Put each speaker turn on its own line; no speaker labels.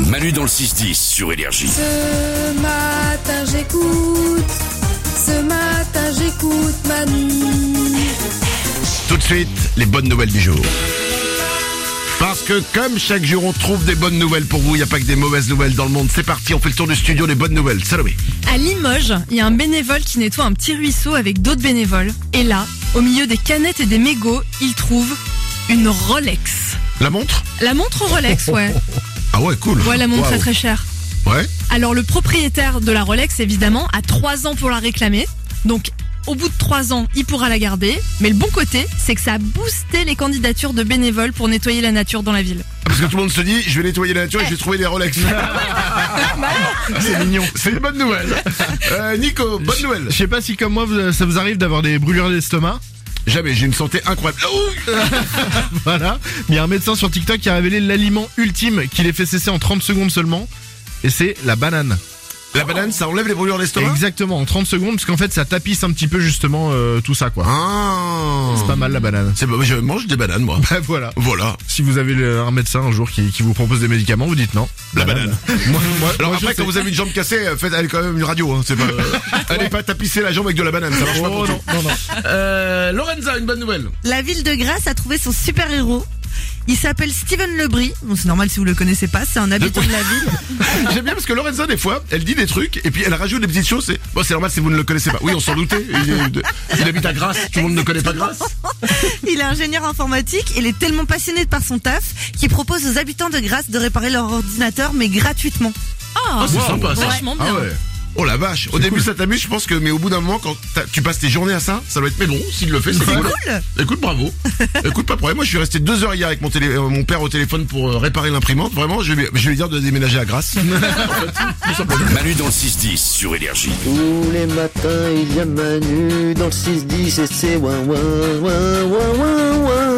Manu dans le 6-10 sur Énergie.
Ce matin j'écoute, ce matin j'écoute Manu.
Tout de suite, les bonnes nouvelles du jour. Parce que comme chaque jour, on trouve des bonnes nouvelles pour vous. Il n'y a pas que des mauvaises nouvelles dans le monde. C'est parti, on fait le tour du studio des bonnes nouvelles. Salomé.
À Limoges, il y a un bénévole qui nettoie un petit ruisseau avec d'autres bénévoles. Et là, au milieu des canettes et des mégots, il trouve une Rolex.
La montre
La montre Rolex, ouais.
Ah ouais, cool.
Ouais, la montre
Waouh.
très très chère.
Ouais. Ah,
Alors le propriétaire de la Rolex, évidemment, a trois ans pour la réclamer. Donc au bout de trois ans, il pourra la garder. Mais le bon côté, c'est que ça a boosté les candidatures de bénévoles pour nettoyer la nature dans la ville.
Ah, Parce que tout le monde se dit, je vais nettoyer la nature et je vais trouver des Rolex. c'est mignon. C'est une bonne nouvelle. Euh, Nico, bonne nouvelle.
Je sais pas si comme moi vous- ça vous arrive d'avoir des brûlures d'estomac.
Jamais, j'ai une santé incroyable. Ah, Ouh
Voilà. Mais il y a un médecin sur TikTok qui a révélé l'aliment ultime qui les fait cesser en 30 secondes seulement. Et c'est la banane.
la banane, ça enlève les brûlures d'estomac
Exactement, en 30 secondes, parce qu'en fait ça tapisse un petit peu justement euh, tout ça quoi.
Ah.
C'est pas mal la banane.
C'est pas- Je mange des bananes, moi.
Bah voilà.
Voilà.
Si vous avez le- un médecin un jour qui, qui vous propose des médicaments, vous dites non.
La banane.
Moi, moi-
Alors
moi, je
après, quand
sais.
vous avez une jambe cassée, euh, faites allez, quand même une radio. Hein, c'est pas, euh, allez pas tapisser la jambe avec de la banane, ça marche pas pour
Oh,
tout.
non, non, non.
Euh, Lorenza, une bonne nouvelle.
La ville de Grasse a trouvé son super-héros. Il s'appelle Steven Lebris. Bon, c'est normal si vous le connaissez pas, c'est un habitant de la ville.
J'aime bien parce que Lorenza, des fois, elle dit des trucs et puis elle rajoute des petites choses. C'est bon, c'est normal si vous ne le connaissez pas. Oui, on s'en doutait. Il, est- il habite à Grasse. Tout le monde ne connaît pas Grasse.
Il est ingénieur informatique, il est tellement passionné par son taf qu'il propose aux habitants de Grasse de réparer leur ordinateur, mais gratuitement.
Ah,
c'est sympa, ça.
Vachement bien.
Ah ouais. Oh la vache. Au début, ça t'amuse, je pense que, mais au bout d'un moment, quand t'as- tu passes tes journées à ça, ça doit être. Mais bon, s'il le fait, c'est cool. Écoute, bravo. Écoute, pas de problème. Moi, je suis resté deux heures hier avec mon, télé, euh, mon père au téléphone pour euh, réparer l'imprimante. Vraiment, je vais, je vais lui dire de déménager à Grasse.
Manu dans le 6-10 sur Énergie.
Tous les matins, il y a Manu dans le 6-10 et c'est ouin ouin ouin ouin ouin ouin